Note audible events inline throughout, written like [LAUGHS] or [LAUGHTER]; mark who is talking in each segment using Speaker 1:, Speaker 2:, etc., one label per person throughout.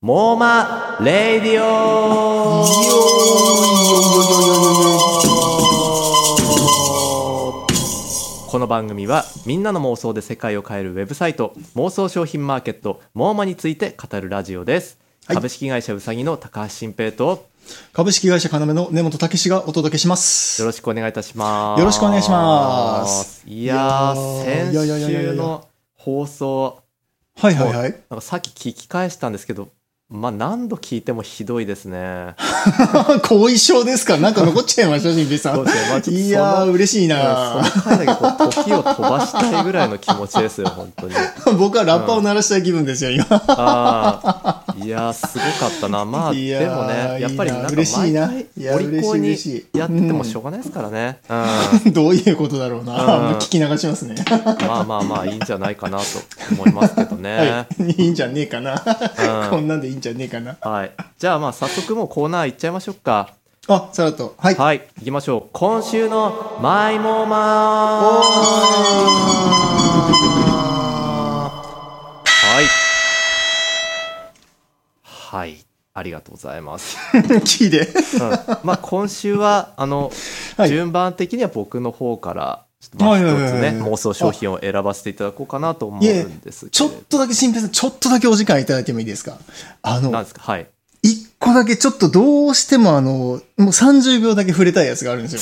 Speaker 1: モーマレイディオこの番組はみんなの妄想で世界を変えるウェブサイト妄想商品マーケットモーマについて語るラジオです、
Speaker 2: はい
Speaker 1: 株式会社うさぎの高橋新平と
Speaker 2: 株式会社かなめの根本武史がお届けします。
Speaker 1: よろしくお願いいたします
Speaker 2: よろしくお願いします
Speaker 1: いやー
Speaker 2: いやーいやいやいや
Speaker 1: 先
Speaker 2: いやいや
Speaker 1: 週の放送
Speaker 2: はいはいは
Speaker 1: な
Speaker 2: い。
Speaker 1: んかさっき聞き返したんですけどまあ何度聞いてもひどいです
Speaker 2: [LAUGHS]
Speaker 1: ね
Speaker 2: 後遺症ですかなんか残っちゃいました、新平さ
Speaker 1: そうんで。すねまあちょっとその
Speaker 2: いやー、嬉しいな
Speaker 1: うんその回だけこう時を飛ばしたいぐらいの気持ちですよ、本当に。
Speaker 2: 僕はラッパを鳴らしたい気分ですよ、今。
Speaker 1: ああ、いやー、すごかったな。まあ、
Speaker 2: いや
Speaker 1: でも
Speaker 2: ー
Speaker 1: ね、やっぱり
Speaker 2: いい
Speaker 1: な
Speaker 2: な
Speaker 1: か
Speaker 2: ん
Speaker 1: 毎
Speaker 2: 嬉しいな
Speaker 1: 回
Speaker 2: いや
Speaker 1: お利口に
Speaker 2: 嬉しい嬉しい
Speaker 1: やっててもしょうがないですからね。うん。
Speaker 2: どういうことだろうな
Speaker 1: うん
Speaker 2: 聞き流しますね。
Speaker 1: まあまあまあ、いいんじゃないかなと思いますけど
Speaker 2: は
Speaker 1: ね。
Speaker 2: い。いいんじゃねえかな
Speaker 1: うん。
Speaker 2: こんなんでいいんじゃねえかな。
Speaker 1: はい。じゃあまあ、早速もうコーナー行っちゃいましょうか。
Speaker 2: あ、さらっと。はい。
Speaker 1: はい、行きましょう。今週のマイモーマーはい。はい。ありがとうございます。
Speaker 2: キーで。
Speaker 1: うんまあ今週はあの、
Speaker 2: はい
Speaker 1: 順番的には僕の方からちょっとまあ
Speaker 2: はい
Speaker 1: 一
Speaker 2: はいはい
Speaker 1: つ
Speaker 2: はい
Speaker 1: ね妄想商品を選ばせていただこうかなと思うん
Speaker 2: いえ
Speaker 1: です
Speaker 2: ち
Speaker 1: け
Speaker 2: ょっ
Speaker 1: れど
Speaker 2: とだけ新平さん、ちょっとだけお時間いただいてもいいですかあの
Speaker 1: なん、ですかはい
Speaker 2: 一個だけちょっとどうしてもあの、もう30秒だけ触れたいやつがあるんですよ。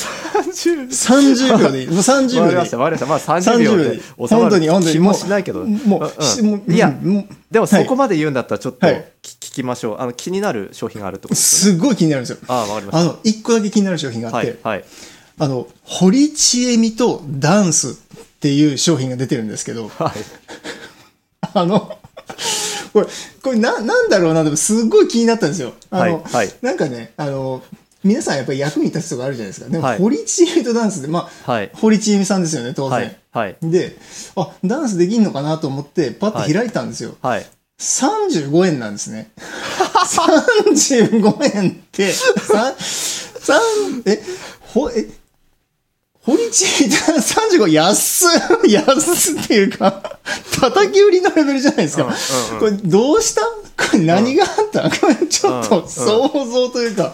Speaker 2: 30秒でいい。もう30
Speaker 1: わか
Speaker 2: 秒
Speaker 1: り
Speaker 2: でい
Speaker 1: ま
Speaker 2: い
Speaker 1: した。わかりましたまあ30秒で収ま
Speaker 2: 本当に、本
Speaker 1: る
Speaker 2: 当に。
Speaker 1: 気
Speaker 2: も
Speaker 1: も
Speaker 2: う
Speaker 1: しないけど
Speaker 2: もう、
Speaker 1: うん
Speaker 2: しもう
Speaker 1: いや
Speaker 2: も
Speaker 1: でもそこ
Speaker 2: は
Speaker 1: まで言うんだったらちょっと
Speaker 2: はい
Speaker 1: 聞聞きましょうあの気になる商品があるってことで
Speaker 2: い
Speaker 1: す
Speaker 2: すっごい気になるんですよ。
Speaker 1: ああわかりまし
Speaker 2: あの、一個だけ気になる商品が
Speaker 1: た
Speaker 2: あっ
Speaker 1: はい
Speaker 2: て、
Speaker 1: はい
Speaker 2: あの、堀ちえみとダンスっていう商品が出てるんですけど、
Speaker 1: はい
Speaker 2: あの、これ、これな、なんだろうな、でもすっごい気になったんですよ。あの、
Speaker 1: はいはい
Speaker 2: なんかね、あの、皆さんやっぱり役に立つとかあるじゃないですか。でも、
Speaker 1: はい
Speaker 2: 堀ちえみとダンスで、まあ、
Speaker 1: はい
Speaker 2: 堀ちえみさんですよね、当然。
Speaker 1: はいはい
Speaker 2: で、あ、ダンスできんのかなと思って、パッと開いたんですよ。
Speaker 1: はい
Speaker 2: 35円なんですね。35円って、三三え、ほ、え、堀ちえみさん35円安っ安っっていうか、叩き売りのレベルじゃないですか。
Speaker 1: うん
Speaker 2: これどうしたこれ何があった、 [LAUGHS] これちょっ
Speaker 1: うん
Speaker 2: と想像というか、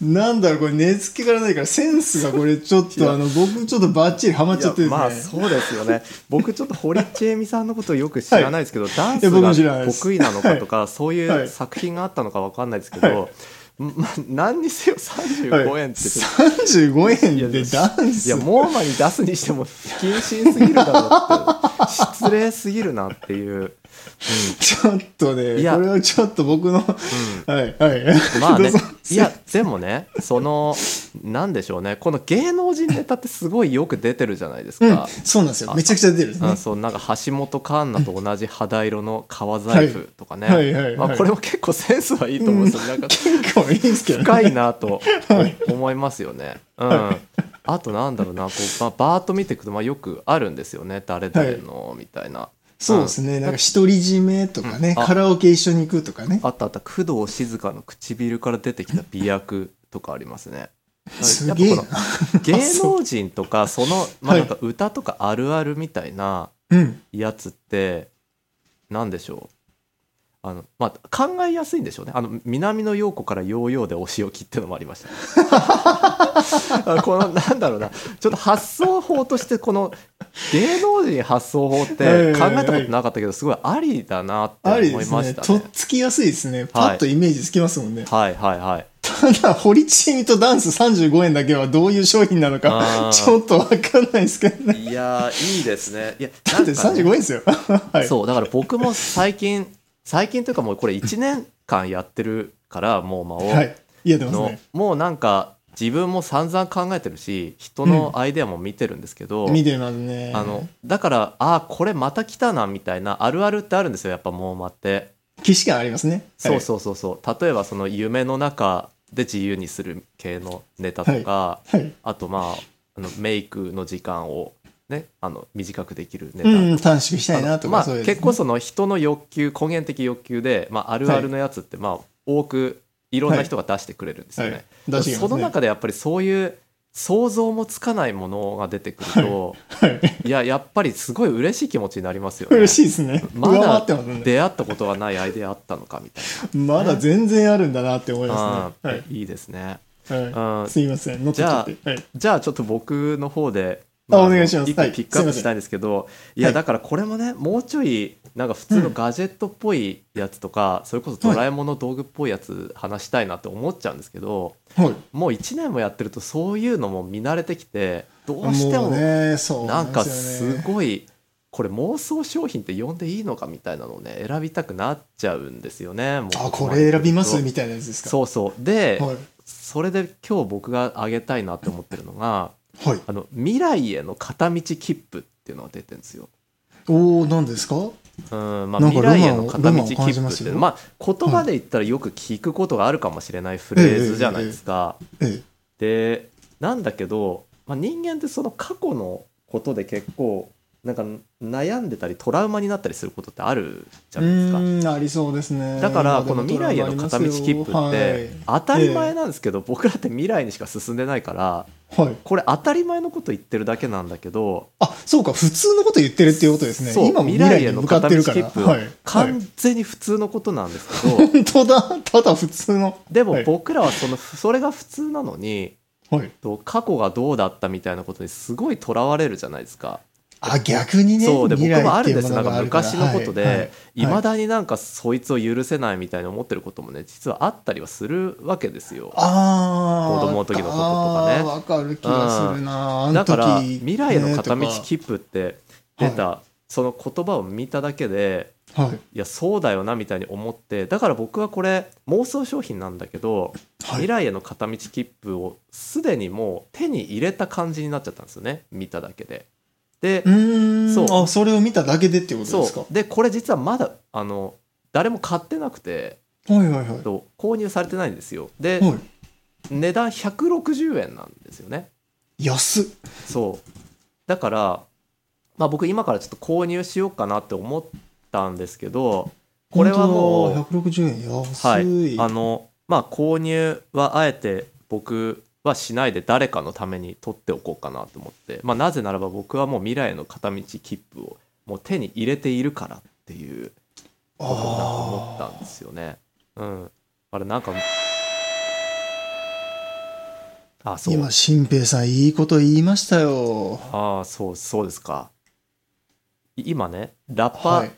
Speaker 2: なんだろう、これ根付けからないからセンスがこれちょっとあの、僕ちょっとバッチリハマっ
Speaker 1: い
Speaker 2: ちゃ
Speaker 1: や
Speaker 2: ってですね。
Speaker 1: まあそうですよね僕ちょっと堀ちえみさんのことをよく知らないですけど、ダン
Speaker 2: いや僕も知
Speaker 1: ス
Speaker 2: らない
Speaker 1: が
Speaker 2: です
Speaker 1: 得意なのかとか、そうい
Speaker 2: は
Speaker 1: う
Speaker 2: い
Speaker 1: 作品があったのかわかんないですけど、まあ、何にせよ35円って、
Speaker 2: 35
Speaker 1: いや
Speaker 2: 円
Speaker 1: で
Speaker 2: で
Speaker 1: も
Speaker 2: ダンス
Speaker 1: いやモーマに出すにしても不謹慎すぎるだろうって失礼すぎるなっていう
Speaker 2: ちょっとね
Speaker 1: いや
Speaker 2: これはちょっと僕の、はいはい
Speaker 1: まあ
Speaker 2: [LAUGHS]
Speaker 1: ね
Speaker 2: どうぞ
Speaker 1: いやでもねそのなんでしょうねこの芸能人ネタってすごいよく出てるじゃないです
Speaker 2: う
Speaker 1: か。
Speaker 2: んそうなんですよめちゃくちゃ出てるんです
Speaker 1: う
Speaker 2: ね
Speaker 1: ん、そうなんか橋本環奈と同じ肌色の革細工とかね、
Speaker 2: はいはいはい
Speaker 1: まあ、
Speaker 2: はい
Speaker 1: これも結構センスはいいと思うんですよ、なんか
Speaker 2: 結構いいんですけどね
Speaker 1: 深いなと
Speaker 2: はい
Speaker 1: お思いますよ
Speaker 2: [LAUGHS]
Speaker 1: ね。うんあとなんだろうなこう、まあ、バーッと見ていくと、まあ、よくあるんですよね誰々のみたいな、
Speaker 2: そうですねなんか独り占めとかね
Speaker 1: うんあ
Speaker 2: カラオケ一緒に行くとかね
Speaker 1: あったあった工藤静香の唇から出て
Speaker 2: [LAUGHS]
Speaker 1: きた美薬とかありますね。
Speaker 2: すげえな
Speaker 1: やっぱ
Speaker 2: [LAUGHS]
Speaker 1: この芸能人とかその、まあ、
Speaker 2: はい
Speaker 1: なんか歌とかあるあるみたいな
Speaker 2: うん
Speaker 1: やつって何でしょうあのまあ、考えやすいんでしょうねあの南野陽子からヨーヨーでお仕置きっていうのもありました
Speaker 2: [LAUGHS]
Speaker 1: あのこのなんだろうなちょっと発想法としてこの芸能人発想法って考えたことなかったけどすごいありだなって
Speaker 2: ありで
Speaker 1: 思い
Speaker 2: す
Speaker 1: ま
Speaker 2: ね
Speaker 1: した
Speaker 2: と
Speaker 1: ね
Speaker 2: っ。つきやすいですねパッとイメージつきますもんね、
Speaker 1: はいはいはい
Speaker 2: ただ堀ちえみとダンス35円だけはどういう商品なの
Speaker 1: あー
Speaker 2: かちょっとわかんないですけどね
Speaker 1: いやーいいですね。いや
Speaker 2: だっ
Speaker 1: な
Speaker 2: て
Speaker 1: んかね
Speaker 2: 35円ですよ [LAUGHS] はい
Speaker 1: そうだから僕も最近 [LAUGHS] 最近というかもうこれ1年間やってるからもう魔王、
Speaker 2: はいいやでも
Speaker 1: の、
Speaker 2: ね
Speaker 1: もうなんか自分も散々考えてるし人のアイデアも見てるんですけど、
Speaker 2: 見てますね
Speaker 1: あのだからああこれまた来たなみたいなあるあるってあるんですよやっぱモーマって。
Speaker 2: 既視感ありますねはい
Speaker 1: そうそうそうそう例えばその夢の中で自由にする系のネタとか、
Speaker 2: はい
Speaker 1: あとまああのメイクの時間を、ね、あの短くできるネタ
Speaker 2: うん、短縮したいなとか、
Speaker 1: まあ、
Speaker 2: そういうやつね
Speaker 1: 結構その人の欲求根源的欲求で、まあ、あるあるのやつって、まあ、多くいろんな人が出してくれるんですよね。
Speaker 2: はいはい出してきます
Speaker 1: そ
Speaker 2: ね
Speaker 1: の中でやっぱりそういう想像もつかないものが出てくると、
Speaker 2: はい。
Speaker 1: い、ややっぱりすごい嬉しい気持ちになりますよね。
Speaker 2: 嬉しいですね。
Speaker 1: ま
Speaker 2: 上回
Speaker 1: だ
Speaker 2: ってますね。
Speaker 1: 出会ったことはないアイデアあったのかみたい
Speaker 2: まだ全然あるんだなって思い
Speaker 1: な。あ
Speaker 2: ますね。
Speaker 1: ーいいですね。
Speaker 2: は
Speaker 1: あ
Speaker 2: い。は
Speaker 1: ー
Speaker 2: い。すいません。乗っ取っちゃって。はい。
Speaker 1: じゃあちょっと僕の方で、
Speaker 2: あ
Speaker 1: まあ
Speaker 2: お願いします
Speaker 1: 一個
Speaker 2: はい
Speaker 1: ピックアップしたいんですけど、い、や
Speaker 2: はい
Speaker 1: だからこれもねもうちょいなんか普通のガジェットっぽいやつとか、それこそドラえもんの道具っぽいやつ話したいなって思っちゃうんですけど、
Speaker 2: はい。
Speaker 1: もう1年もやってるとそういうのも見慣れてきてどうして
Speaker 2: う
Speaker 1: も
Speaker 2: ね、そう
Speaker 1: なんか
Speaker 2: です
Speaker 1: す
Speaker 2: よね
Speaker 1: ごいこれ妄想商品って呼んでいいのかみたいなのをね選びたくなっちゃうんですよね。もう
Speaker 2: あ、これ選びます
Speaker 1: そう
Speaker 2: みたいなやつですか。
Speaker 1: そうそうで、
Speaker 2: はい。
Speaker 1: それで今日僕があげたいなって思ってるのが
Speaker 2: はい。
Speaker 1: あの未来への片道切符っていうのが出てるんですよ。
Speaker 2: おお、何ですか。は
Speaker 1: うんまあ、
Speaker 2: なんか
Speaker 1: 未
Speaker 2: ロマン
Speaker 1: 来への片道切
Speaker 2: ロマンを感じ
Speaker 1: 符
Speaker 2: ま
Speaker 1: っ
Speaker 2: す
Speaker 1: て
Speaker 2: よ
Speaker 1: まあ言葉で言ったらよく聞くことがあるかもしれないフレーズじゃないですか。
Speaker 2: え
Speaker 1: でなんだけど、まあ、人間ってその過去のことで結構なんか悩んでたりトラウマになったりすることってあるじ
Speaker 2: え。
Speaker 1: ゃないです
Speaker 2: う
Speaker 1: か。
Speaker 2: ーんありそうですね。
Speaker 1: だからこの
Speaker 2: まあで
Speaker 1: 未
Speaker 2: も
Speaker 1: 来への片道切符って当たり前なんですけど僕らって未来にしか進んでないから
Speaker 2: はい。はい。
Speaker 1: これ当たり前のこと言ってるだけなんだけど
Speaker 2: あ、そうか、普通のこと言ってるっていうことですね。
Speaker 1: そう
Speaker 2: 今も
Speaker 1: 未
Speaker 2: 未来
Speaker 1: 来
Speaker 2: に
Speaker 1: への
Speaker 2: 向かっ
Speaker 1: 片
Speaker 2: て
Speaker 1: 道
Speaker 2: るから。
Speaker 1: 切符
Speaker 2: はい。はい
Speaker 1: 完全に普通のことなんですけど
Speaker 2: 本当だ。ただ普通の。
Speaker 1: でも
Speaker 2: はい
Speaker 1: 僕らはそのそれが普通なのに
Speaker 2: はい。
Speaker 1: と過去がどうだったみたいなことにすごいとらわれるじゃないですか。
Speaker 2: あ、逆にね。
Speaker 1: そうで僕もあるんですな
Speaker 2: 未
Speaker 1: ん
Speaker 2: 来
Speaker 1: か
Speaker 2: っていうもがあ
Speaker 1: 昔のこと
Speaker 2: るからはい
Speaker 1: でいまだになんかそいつを許せないみたいに思ってることもね実はあったりはするわけですよ
Speaker 2: ああ
Speaker 1: 子供の時のこととかね
Speaker 2: あーわかる気がするな、あの
Speaker 1: だ
Speaker 2: 時
Speaker 1: から未来への片道
Speaker 2: ねとか
Speaker 1: 切符って出たその言葉を見ただけで
Speaker 2: はい
Speaker 1: いやそうだよなみたいに思ってだから僕はこれ妄想商品なんだけど
Speaker 2: は
Speaker 1: 未
Speaker 2: い
Speaker 1: 来への片道切符をすでにもう手に入れた感じになっちゃったんですよね見ただけで。で
Speaker 2: うーん
Speaker 1: そう
Speaker 2: あそれを見ただけでっていうことですか
Speaker 1: そうでこれ実はまだあの誰も買ってなくて。
Speaker 2: はいはいはいは
Speaker 1: と購入されてないんですよで、
Speaker 2: い
Speaker 1: 値段160円なんですよね
Speaker 2: 安っ
Speaker 1: そうだから、まあ、僕今からちょっと購入しようかなって思ったんですけどこれはもう
Speaker 2: 本当だ160円安
Speaker 1: はい
Speaker 2: い、
Speaker 1: あのまあ購入はあえて僕はしないで誰かのために取っておこうかなと思って、まあ、なぜならば僕はもう未来への片道切符をもう手に入れているからっていうことだと思ったんですよね。うん、あれなんかあそう
Speaker 2: 今新平さんいいこと言いましたよ
Speaker 1: ああそうそうですかい今ねラッパー、
Speaker 2: はい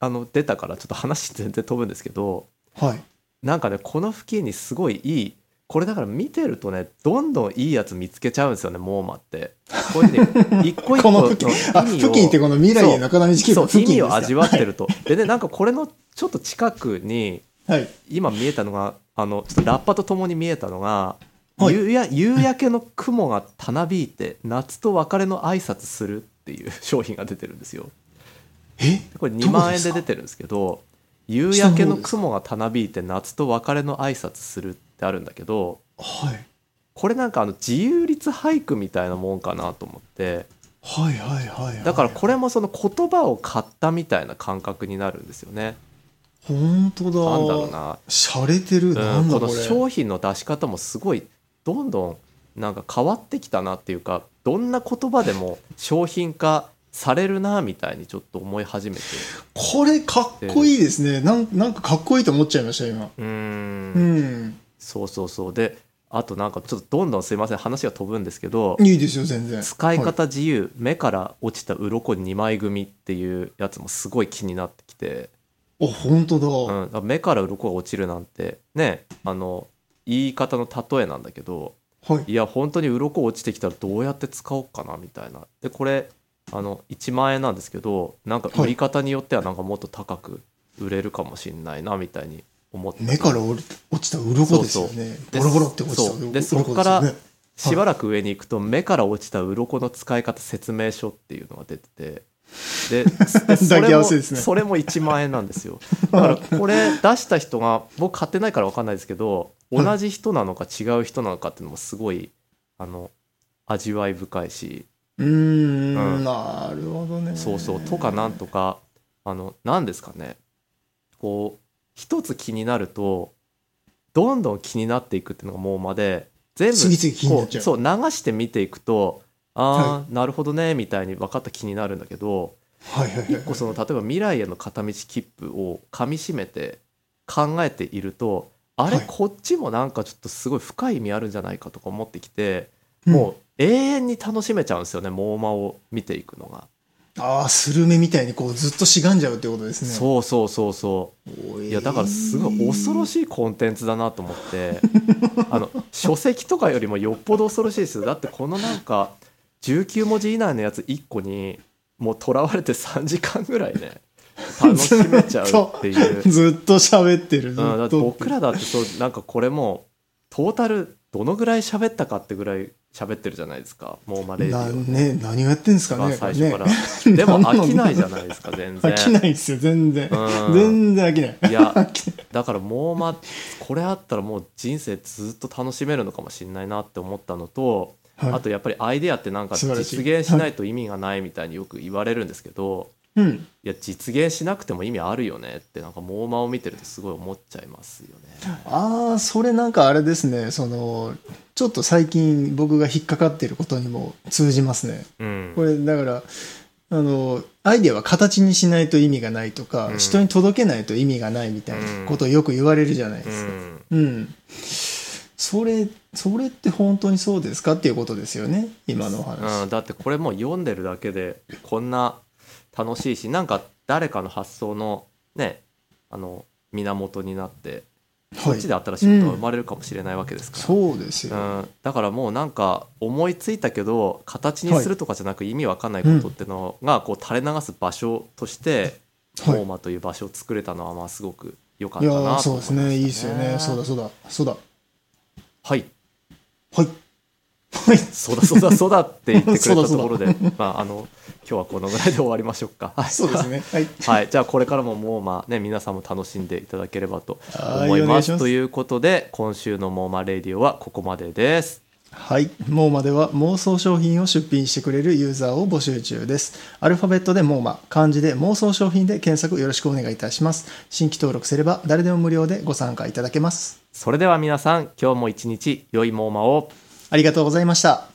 Speaker 1: あの出たからちょっと話全然飛ぶんですけど
Speaker 2: はい
Speaker 1: なんかねこの付近にすごいいいこれだから見てるとねどんどんいいやつ見つけちゃうんですよねモーマってこういうふう
Speaker 2: [LAUGHS]
Speaker 1: に一個一個
Speaker 2: この付近あ
Speaker 1: 意味を
Speaker 2: 付近ってこの未来への片道切
Speaker 1: そ
Speaker 2: 符
Speaker 1: う
Speaker 2: 付
Speaker 1: 意
Speaker 2: 近です
Speaker 1: 味
Speaker 2: か
Speaker 1: を味わってると、でねなんかこれのちょっと近くに
Speaker 2: はい
Speaker 1: 今見えたのがあのちょっとラッパとともに見えたのが、
Speaker 2: はい
Speaker 1: 夕や夕焼けの雲がたなびいて夏と別れの挨拶するっていう商品が出てるんですよ
Speaker 2: え
Speaker 1: これ
Speaker 2: どこです
Speaker 1: 2
Speaker 2: か
Speaker 1: 万円で出てるんですけど夕焼けの雲がたなびいて夏と別れの挨拶するってあるんだけど
Speaker 2: はい
Speaker 1: これなんかあの自由律俳句みたいなもんかなと思って
Speaker 2: はいはいはいはい
Speaker 1: だからこれもその言葉を買ったみたいな感覚になるんですよね。
Speaker 2: 本当だ
Speaker 1: なんだろうな
Speaker 2: 洒落てる、な
Speaker 1: うんん、こ
Speaker 2: だこ
Speaker 1: の
Speaker 2: れ
Speaker 1: 商品の出し方もすごいどんどんなんか変わってきたなっていうかどんな言葉でも商品化されるなみたいにちょっと思い始めて
Speaker 2: これかっこいいですね。なんなんかかっこいいと思っちゃいました、今。
Speaker 1: うーん
Speaker 2: うん。
Speaker 1: そうそうそうであとなんかちょっとどんどんすいません話が飛ぶんですけど
Speaker 2: いいですよ、全然。
Speaker 1: 使い
Speaker 2: はい
Speaker 1: 方自由、目から落ちた鱗2枚組っていうやつもすごい気になってきて、
Speaker 2: あ、本当だ。
Speaker 1: うん、だから目から鱗が落ちるなんてねあの言い方の例えなんだけど
Speaker 2: はい。
Speaker 1: いや本当に鱗落ちてきたらどうやって使おうかなみたいなでこれあの1万円なんですけどなんか売り方によってはなんかもっと高く売れるかもしれないなみたいに思って
Speaker 2: 目から落ち落ちた鱗ですよね。
Speaker 1: で
Speaker 2: ボロボロって落ちた
Speaker 1: そう
Speaker 2: 鱗
Speaker 1: で
Speaker 2: です
Speaker 1: そ
Speaker 2: よ
Speaker 1: こから
Speaker 2: ね。
Speaker 1: しばらく上に行くと目から落ちた鱗の使い方説明書っていうのが出ててで
Speaker 2: [LAUGHS]
Speaker 1: でそ
Speaker 2: 抱
Speaker 1: れ
Speaker 2: き合
Speaker 1: も
Speaker 2: わせですね
Speaker 1: それも1万円なんです
Speaker 2: [LAUGHS]
Speaker 1: よだからこれ出した人が僕買ってないから分かんないですけど
Speaker 2: はい
Speaker 1: 同じ人なのか違う人なのかっていうのもすごいあの味わい深いし
Speaker 2: うーん、
Speaker 1: うん
Speaker 2: なるほどね。
Speaker 1: そうそうとかなんとかあの何ですかねこう一つ気になるとどんどん気になっていくっていうのがもうまで全部
Speaker 2: 次々気になっちゃう
Speaker 1: こうそう流して見ていくとああ、なるほどねみたいに分かった気になるんだけど
Speaker 2: はいはいはい
Speaker 1: こうその例えば未来への片道切符をかみしめて考えているとあれ
Speaker 2: はい
Speaker 1: こっちもなんかちょっとすごい深い意味あるんじゃないかとか思ってきて、
Speaker 2: うん
Speaker 1: もう永遠に楽しめちゃうんですよねモーマを見ていくのが、
Speaker 2: ああスルメみたいにこうずっとしがんじゃうってことですね
Speaker 1: そうそうそうそう
Speaker 2: お
Speaker 1: いやだからすごい恐ろしいコンテンツだなと思って
Speaker 2: [LAUGHS]
Speaker 1: あの書籍とかよりもよっぽど恐ろしいですよだってこのなんか19文字以内のやつ1個にもうとらわれて3時間ぐらいね楽しめちゃうっていう、
Speaker 2: [LAUGHS] ずっと喋ってるず
Speaker 1: う
Speaker 2: っ
Speaker 1: ん、だって
Speaker 2: と
Speaker 1: 僕らだってそうなんかこれもうトータルどのぐらい喋ったかってぐらい喋ってるじゃないですかもうまあレディ
Speaker 2: な
Speaker 1: オ
Speaker 2: ね何をやってんですか
Speaker 1: が
Speaker 2: ね
Speaker 1: 最初から、
Speaker 2: ね
Speaker 1: でも飽きないじゃないですか全然
Speaker 2: 飽きないですよ全然
Speaker 1: うん
Speaker 2: 全然飽きない
Speaker 1: いや
Speaker 2: 飽きない
Speaker 1: だからもうまこれあ [LAUGHS] ったらもう人生ずっと楽しめるのかもしれないなって思ったのと、
Speaker 2: [LAUGHS] はい
Speaker 1: あとやっぱりアイデアってなんか
Speaker 2: 素
Speaker 1: 実
Speaker 2: 晴らしい
Speaker 1: 現しないと意味がないみたいによく言われるんですけど、
Speaker 2: うん
Speaker 1: い、や実現しなくても意味あるよねってなんかモーマを見てるとすごい思っちゃいますよね。
Speaker 2: ああそれなんかあれですねそのちょっと最近僕が引っかかってることにも通じますね
Speaker 1: うん
Speaker 2: これだからあのアイデアは形にしないと意味がないとか、
Speaker 1: うん
Speaker 2: 人に届けないと意味がないみたいなことをよく言われるじゃないで
Speaker 1: う
Speaker 2: すか
Speaker 1: ん
Speaker 2: うん、それそれって本当にそうですかっていうことですよね今のお話、
Speaker 1: うん、だってこれもう読んでるだけでこんな楽しいしなんか誰かの発想のねあの源になってこ
Speaker 2: は
Speaker 1: っ
Speaker 2: い
Speaker 1: ちで新しいことが生まれるかもしれないわけですから、
Speaker 2: そうですよ、
Speaker 1: うん、だからもうなんか思いついたけど形にするとかじゃなく意味わかんないことってのがこう垂れ流す場所として
Speaker 2: はい
Speaker 1: モーマという場所を作れたのはまあすごく良かっ
Speaker 2: い
Speaker 1: た
Speaker 2: や
Speaker 1: なと思い
Speaker 2: ー
Speaker 1: ました
Speaker 2: そうですねいいですよねそうだそうだそうだ
Speaker 1: はい
Speaker 2: はいはい
Speaker 1: そうだそうだそうだって言ってくれ
Speaker 2: そう
Speaker 1: た
Speaker 2: だそう
Speaker 1: と
Speaker 2: だ
Speaker 1: ころ
Speaker 2: [LAUGHS]
Speaker 1: でまああの今日はこのぐらいで終わりましょうかはい
Speaker 2: そ
Speaker 1: [LAUGHS]
Speaker 2: うですねはい
Speaker 1: はい、じゃあこれからもモーマね皆さんも楽しんでいただければと
Speaker 2: は
Speaker 1: 思
Speaker 2: い
Speaker 1: い
Speaker 2: お願
Speaker 1: ま
Speaker 2: いし
Speaker 1: す
Speaker 2: ます
Speaker 1: ということで今週のモーマレディオはここまでです
Speaker 2: はい。モーマでは妄想商品を出品してくれるユーザーを募集中です。アルファベットでモーマ、漢字で妄想商品で検索よろしくお願いいたします。新規登録すれば誰でも無料でご参加いただけます。
Speaker 1: それでは皆さん今日も一日良いモーマを
Speaker 2: ありがとうございました。